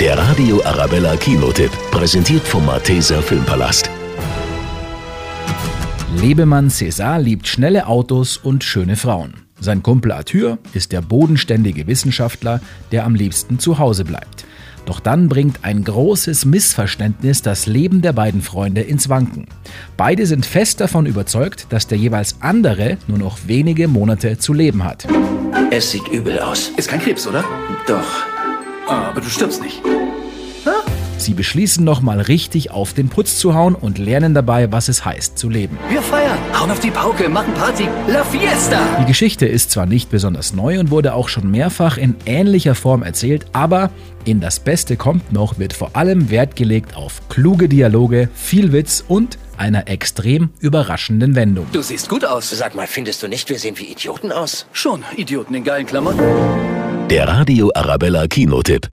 Der Radio Arabella Kinotipp, präsentiert vom Malteser Filmpalast. Lebemann César liebt schnelle Autos und schöne Frauen. Sein Kumpel Arthur ist der bodenständige Wissenschaftler, der am liebsten zu Hause bleibt. Doch dann bringt ein großes Missverständnis das Leben der beiden Freunde ins Wanken. Beide sind fest davon überzeugt, dass der jeweils andere nur noch wenige Monate zu leben hat. Es sieht übel aus. Ist kein Krebs, oder? Ah, Doch. Aber du stirbst nicht. Sie beschließen nochmal richtig auf den Putz zu hauen und lernen dabei, was es heißt zu leben. Wir feiern. Hauen auf die Pauke, machen Party. La Fiesta. Die Geschichte ist zwar nicht besonders neu und wurde auch schon mehrfach in ähnlicher Form erzählt, aber in Das Beste kommt noch wird vor allem Wert gelegt auf kluge Dialoge, viel Witz und einer extrem überraschenden Wendung. Du siehst gut aus. Sag mal, findest du nicht, wir sehen wie Idioten aus? Schon Idioten in geilen Klamotten. Der Radio Arabella Kinotipp,